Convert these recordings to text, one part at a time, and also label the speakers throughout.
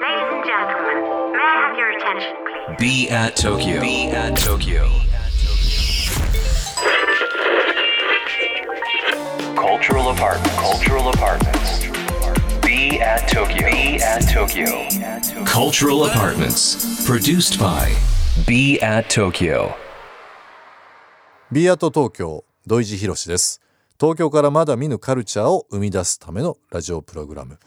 Speaker 1: Ladies and gentlemen, may I have your attention, please?
Speaker 2: Be at Tokyo. Be at Tokyo. Cultural apartment. Cultural apartments. Be at Tokyo. Be at Tokyo. Cultural apartments. Produced by Be at Tokyo.
Speaker 3: ビアート東京土井地博です東京からまだ見ぬカルチャーを生み出すためのラジオプログラム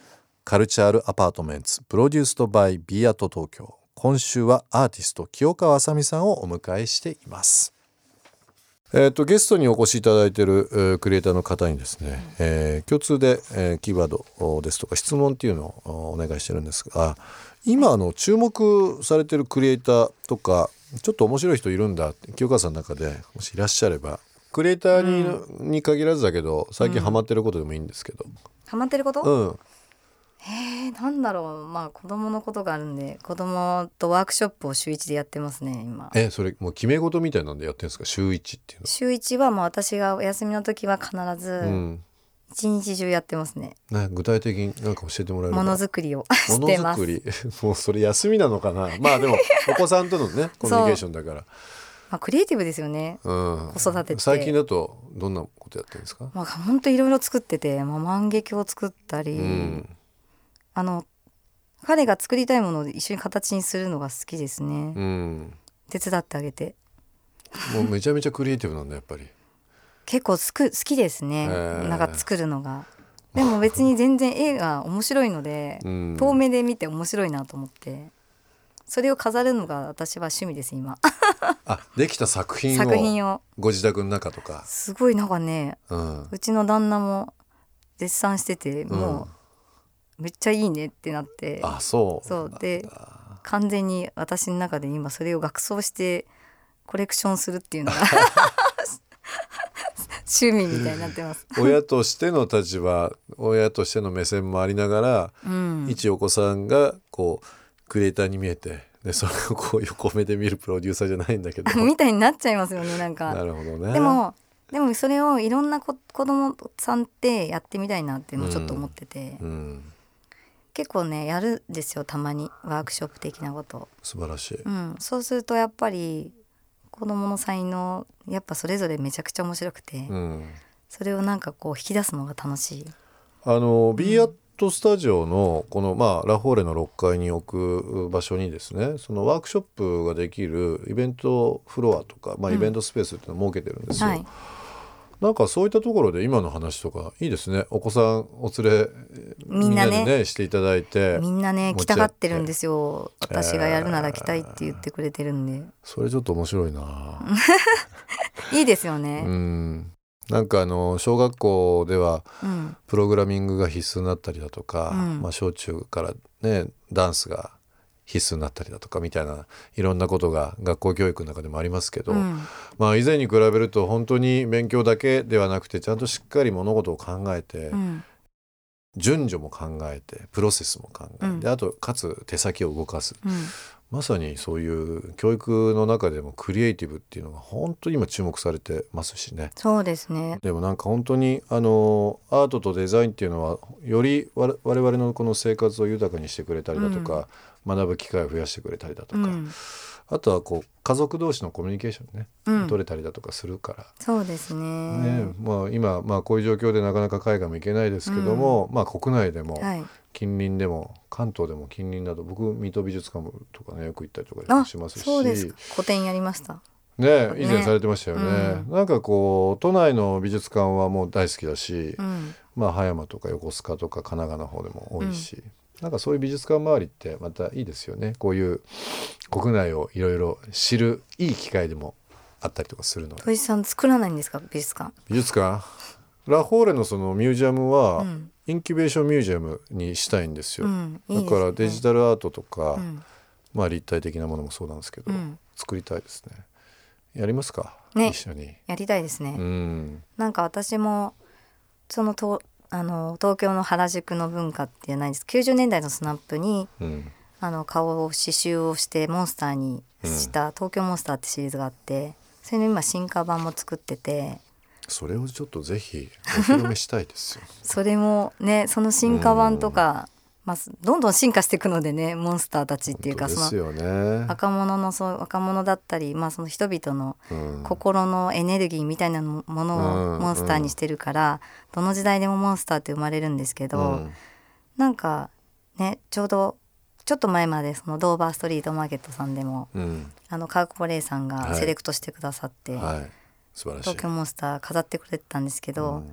Speaker 3: カルチャールアパートメンツプロデュースドバイビアート東京今週はアーティスト清川あさみさんをお迎えしていますえー、とゲストにお越しいただいている、えークリエイターの方にですね、えー共通で、えーキーワードおですとか質問っていうのをお願いしてるんですが今あの注目されてるクリエイターとかちょっと面白い人いるんだって清川さんの中でもしいらっしゃればクリエイターに,、に限らずだけど最近ハマってることでもいいんですけど、
Speaker 4: ハマってること、
Speaker 3: うん、
Speaker 4: えーなんだろうまあ子供のことがあるんで子供とワークショップを週一でやってますね今
Speaker 3: えそれもう決め事みたいなんでやってるんですか週1っていうのは。
Speaker 4: 週一はもう私がお休みの時は必
Speaker 3: う
Speaker 4: ず
Speaker 3: ん
Speaker 4: 一日中やってますね
Speaker 3: な具体的になんか教えてもらえる
Speaker 4: ものづくりを
Speaker 3: も
Speaker 4: し
Speaker 3: の
Speaker 4: てま
Speaker 3: づ
Speaker 4: す、
Speaker 3: くり もうそれ休みなのかなまあでもお子さんとのねコミュニケーションだから
Speaker 4: まあ、クリエイティブですよね、
Speaker 3: う、ん、
Speaker 4: 子育てって
Speaker 3: 最近だとどんなことやってるんですか、
Speaker 4: まあ、ほんといろいろ作ってて、まあ、万華鏡を作ったり、
Speaker 3: うん、
Speaker 4: あの彼が作りたいものを一緒に形にするのが好きですね、
Speaker 3: うん、
Speaker 4: 手伝ってあげて
Speaker 3: もうめちゃめちゃクリエイティブなんだやっぱり
Speaker 4: 結構すく好きですね、
Speaker 3: へー
Speaker 4: なんか作るのがでも別に全然絵が面白いので、
Speaker 3: うん
Speaker 4: 遠目で見て面白いなと思ってそれを飾るのが私は趣味です 今
Speaker 3: あできた作品を
Speaker 4: 作品を
Speaker 3: ご自宅の中とか、
Speaker 4: すごいなんかね
Speaker 3: うん、
Speaker 4: うちの旦那も絶賛しててもうめっちゃいいねってなって、
Speaker 3: あそう
Speaker 4: そうで完全に私の中で今それを学装してコレクションするって いうのが 趣味みたいになってます。
Speaker 3: 親としての立場親としての目線もありながら、
Speaker 4: うん、
Speaker 3: 一お子さんがこうクリエイターに見えてでそれをこう横目で見るプロデューサーじゃないんだ けど
Speaker 4: みたいになっちゃいますよねなんか。
Speaker 3: なるほどね
Speaker 4: でもでもそれをいろんなこ子供さんってやってみたいなってもうちょっと思ってて、
Speaker 3: うん、
Speaker 4: 結構ねやるんですよたまにワークショップ的なこと、
Speaker 3: 素晴らしい、
Speaker 4: うん、そうするとやっぱり子供の才能やっぱそれぞれめちゃくちゃ面白くて、
Speaker 3: うん、
Speaker 4: それをなんかこう引き出すのが楽しい
Speaker 3: あの B アットスタジオのこの、まあ、ラフォーレの6階に置く場所にですねそのワークショップができるイベントフロアとか、まあ、イベントスペースっていうのを設けてるんですよ、
Speaker 4: はい
Speaker 3: なんかそういったところで今の話とかいいですねお子さんお連れ
Speaker 4: みんなね
Speaker 3: でねしていただいて
Speaker 4: みんなね
Speaker 3: 持ち
Speaker 4: 来たがってるんですよ私がやるなら来たいって言ってくれてるんで、
Speaker 3: それちょっと面白いな、
Speaker 4: いいですよね
Speaker 3: う、んなんかあの小学校では
Speaker 4: うん
Speaker 3: プログラミングが必須になったりだとか、
Speaker 4: うん
Speaker 3: まあ、小中からねダンスが必須になったりだとかみたいないろんなことが学校教育の中でもありますけど、
Speaker 4: うん
Speaker 3: まあ、以前に比べると本当に勉強だけではなくてちゃんとしっかり物事を考えて、
Speaker 4: うん
Speaker 3: 順序も考えてプロセスも考えて、
Speaker 4: うん
Speaker 3: であとかつ手先を動かす
Speaker 4: うん
Speaker 3: まさにそういう教育の中でもクリエイティブっていうのが本当に今注目されてますしね。
Speaker 4: そうですね
Speaker 3: でもなんか本当にあのアートとデザインっていうのはより我我々のこの生活を豊かにしてくれたりだとか、学ぶ機会を増やしてくれたりだと
Speaker 4: う
Speaker 3: か、
Speaker 4: ん、
Speaker 3: あとはこう家族同士のコミュニケーションね、
Speaker 4: うん
Speaker 3: 取れたりだとかするから。
Speaker 4: そうですね
Speaker 3: ねまあ、今、まあ、こういう状況でなかなか海外も行けないですけども、まあ、国内でも
Speaker 4: はい
Speaker 3: 近隣でも関東でも近隣だと僕水戸美術館とかねよく行ったりと
Speaker 4: あ
Speaker 3: かしますし
Speaker 4: そうですか個展やりました
Speaker 3: ね
Speaker 4: ね
Speaker 3: 以前されてましたよね
Speaker 4: うん
Speaker 3: なんかこう都内の美術館はもう大好きだし、
Speaker 4: うん
Speaker 3: まあ、葉山とか横須賀とか神奈川の方でも多いし、なんかそういう美術館周りってまたいいですよねこういう国内をいろいろ知るいい機会でもあったりとかするので
Speaker 4: 土井さん作らないんですか美術館
Speaker 3: 美術館ラフォーレのそのミュージアムは、
Speaker 4: うん
Speaker 3: インキュベーションミュージアムにしたいんですよ、
Speaker 4: うんいいですね
Speaker 3: だからデジタルアートとか、
Speaker 4: うん
Speaker 3: まあ立体的なものもそうなんですけど、
Speaker 4: うん
Speaker 3: 作りたいですねやりますか、
Speaker 4: ね
Speaker 3: 一緒に
Speaker 4: やりたいですね、
Speaker 3: うん
Speaker 4: なんか私もそのとあの東京の原宿の文化ってないです90年代のスナップに
Speaker 3: うん
Speaker 4: あの顔を刺繍をしてモンスターにした「東京モンスター」ってシリーズがあってそれの今進化版も作ってて
Speaker 3: それを ちょっとぜひお披露目したいですよ
Speaker 4: それもねその進化版とかまあ、どんどん進化していくのでねモンスターたちっていうか
Speaker 3: で
Speaker 4: その
Speaker 3: すよね。
Speaker 4: 若者のそう若者だったり、まあ、その人々の
Speaker 3: うん
Speaker 4: 心のエネルギーみたいなもの
Speaker 3: う
Speaker 4: を
Speaker 3: ん
Speaker 4: モンスターにしてるから、どの時代でもモンスターって生まれるんですけど、
Speaker 3: うん
Speaker 4: なんかねちょうどちょっと前までそのドーバーストリートマーケットさんでも
Speaker 3: うん
Speaker 4: あのカーコレイさんがセレクトしてくださって、
Speaker 3: はい、素晴らしい
Speaker 4: 東京。モンスター飾ってくれてたんですけど、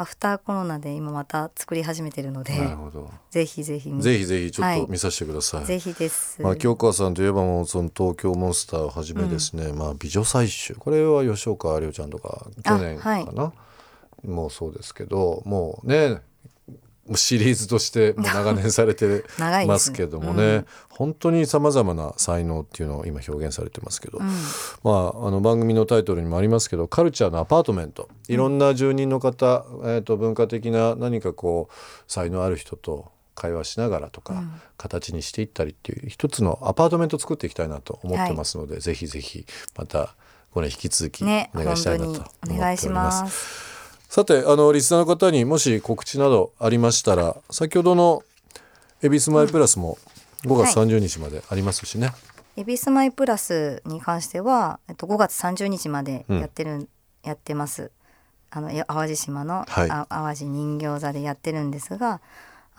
Speaker 4: アフターコロナで今また作り始めてるので、
Speaker 3: なるほど。
Speaker 4: ぜひぜひ見
Speaker 3: ぜひぜひちょっ
Speaker 4: はい
Speaker 3: と見させてください。
Speaker 4: ぜひです、
Speaker 3: まあ、京川さんといえばもうその東京モンスターをはじめですね、まあ、美女採集これは吉岡亮ちゃんとか去年かな、もうそうですけどもうねもうシリーズとしてもう長年されて
Speaker 4: 長いですね
Speaker 3: ますけどもね本当にさまざまな才能っていうのを今表現されてますけど、まあ、あの番組のタイトルにもありますけどカルチャーのアパートメントいろんな住人の方、えー、と文化的な何かこう才能ある人と会話しながらとか、形にしていったりっていう一つのアパートメント作っていきたいなと思ってますので、ぜひぜひまたこれ引き続きお
Speaker 4: ね
Speaker 3: 願いしたいなと思
Speaker 4: 本当
Speaker 3: ってお
Speaker 4: に
Speaker 3: り
Speaker 4: お願
Speaker 3: ま
Speaker 4: い
Speaker 3: す。
Speaker 4: します
Speaker 3: さてあのリスナーの方にもし告知などありましたら先ほどの「恵比寿マイプラス」も5月30日までありますしね。
Speaker 4: 恵比寿マイプラスに関しては、えっと、5月30日までやってる、やってますあのや淡路島の、
Speaker 3: はい
Speaker 4: あ淡路人形座でやってるんですが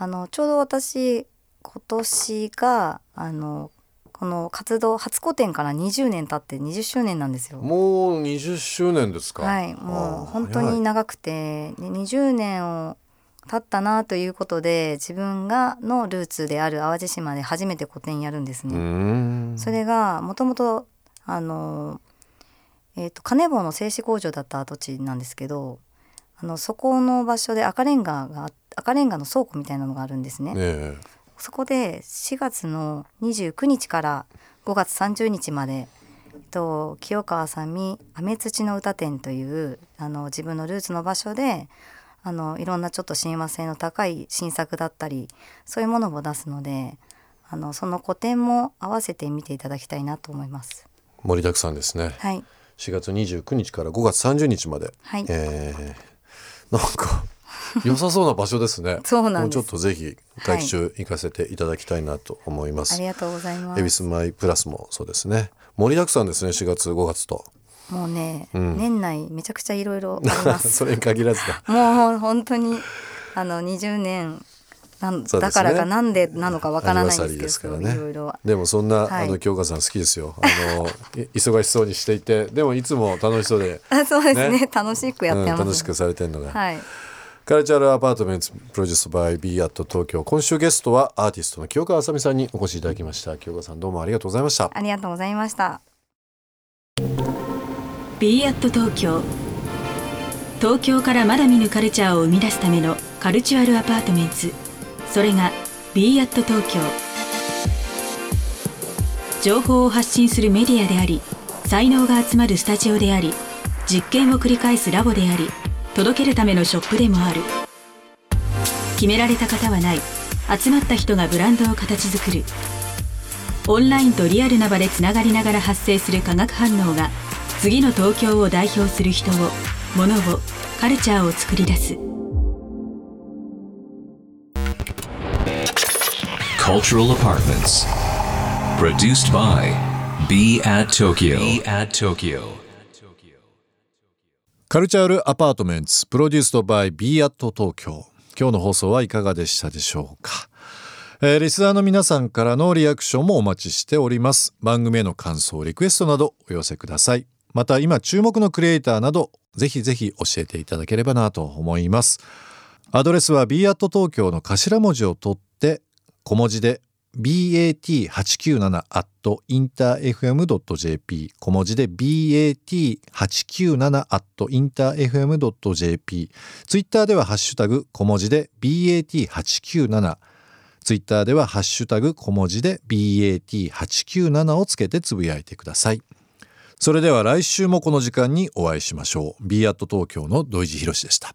Speaker 4: あのちょうど私今年があのこの活動初個展から20年経って20周年なんですよ。
Speaker 3: もう20周年ですか。
Speaker 4: はい、
Speaker 3: あ
Speaker 4: も
Speaker 3: ー
Speaker 4: う本当に長くて、で20年を経ったなということで自分がのルーツである淡路島で初めて個展やるんです
Speaker 3: うー
Speaker 4: ね。
Speaker 3: ん。
Speaker 4: それがもともとあの、えー、と金棒の製紙工場だった跡地なんですけどあのそこの場所で赤レンガが赤レンガの倉庫みたいなのがあるんですね。
Speaker 3: ええ
Speaker 4: そこで4月の29日から5月30日まで、えっと、清川さんみ「雨土の歌展」というあの自分のルーツの場所であのいろんなちょっと親和性の高い新作だったりそういうものも出すのであのその個展も合わせて見ていただきたいなと思います。
Speaker 3: 盛りだくさんですね。
Speaker 4: はい、
Speaker 3: 4月29日から5月30日まで。
Speaker 4: はい
Speaker 3: ええなんか良さそうな場所ですね。
Speaker 4: そうなんです
Speaker 3: もうちょっとぜひ会期中行かせていただきたいなと思いま
Speaker 4: あ
Speaker 3: す。
Speaker 4: りがとうございま
Speaker 3: 恵比
Speaker 4: す
Speaker 3: 寿マイプラスもそうですね。盛りだくさんですね。4月5月と。
Speaker 4: もうね、年内めちゃくちゃいろいろあります。
Speaker 3: それに限らずだ。
Speaker 4: もう本当にあの20年なん、
Speaker 3: そうで
Speaker 4: だ
Speaker 3: す
Speaker 4: か
Speaker 3: ね
Speaker 4: らかなんでなのかわからないん
Speaker 3: アニバーサリー
Speaker 4: で
Speaker 3: ですす
Speaker 4: け
Speaker 3: か
Speaker 4: ど
Speaker 3: ら
Speaker 4: い
Speaker 3: ね
Speaker 4: ろいろ
Speaker 3: でもそんな、
Speaker 4: はい
Speaker 3: あの京香さん好きですよ。あのい 忙しそうにしていて、でもいつも楽しそう で、
Speaker 4: あそうですね
Speaker 3: ね
Speaker 4: 楽しく
Speaker 3: う
Speaker 4: やって
Speaker 3: ん、
Speaker 4: ます、
Speaker 3: 楽しくされてるのが。
Speaker 4: はい
Speaker 3: カルチャルアパートメントプロデュースバイ B アット東京今週ゲストはアーティストの清川あさみさんにお越しいただきました清川さんどうもありがとうございました
Speaker 4: ありがとうございました
Speaker 5: b アット東京東京からまだ見ぬカルチャーを生み出すためのカルチュアルアパートメントそれが b アット東京情報を発信するメディアであり才能が集まるスタジオであり実験を繰り返すラボであり届けるためのショップでもある決められた方はない集まった人がブランドを形作るオンラインとリアルな場でつながりながら発生する化学反応が次の東京を代表する人を物をカルチャーを作り出す
Speaker 2: Cultural Apartments. Produced by Be at Tokyo. Be at Tokyo.
Speaker 3: カルチャルアパートメントプロデュースドバイ B アット東京今日の放送はいかがでしたでしょうか、えーリスナーの皆さんからのリアクションもお待ちしております番組への感想リクエストなどお寄せくださいまた今注目のクリエイターなどぜひぜひ教えていただければなと思いますアドレスは b アット東京の頭文字を取って小文字で bat897 at interfm.jp 小文字で bat897 at interfm.jp ツイッターではハッシュタグ小文字で bat897 ツイッターではハッシュタグ小文字で bat897 をつけてつぶやいてくださいそれでは来週もこの時間にお会いしましょう b アット東京の土井地博でした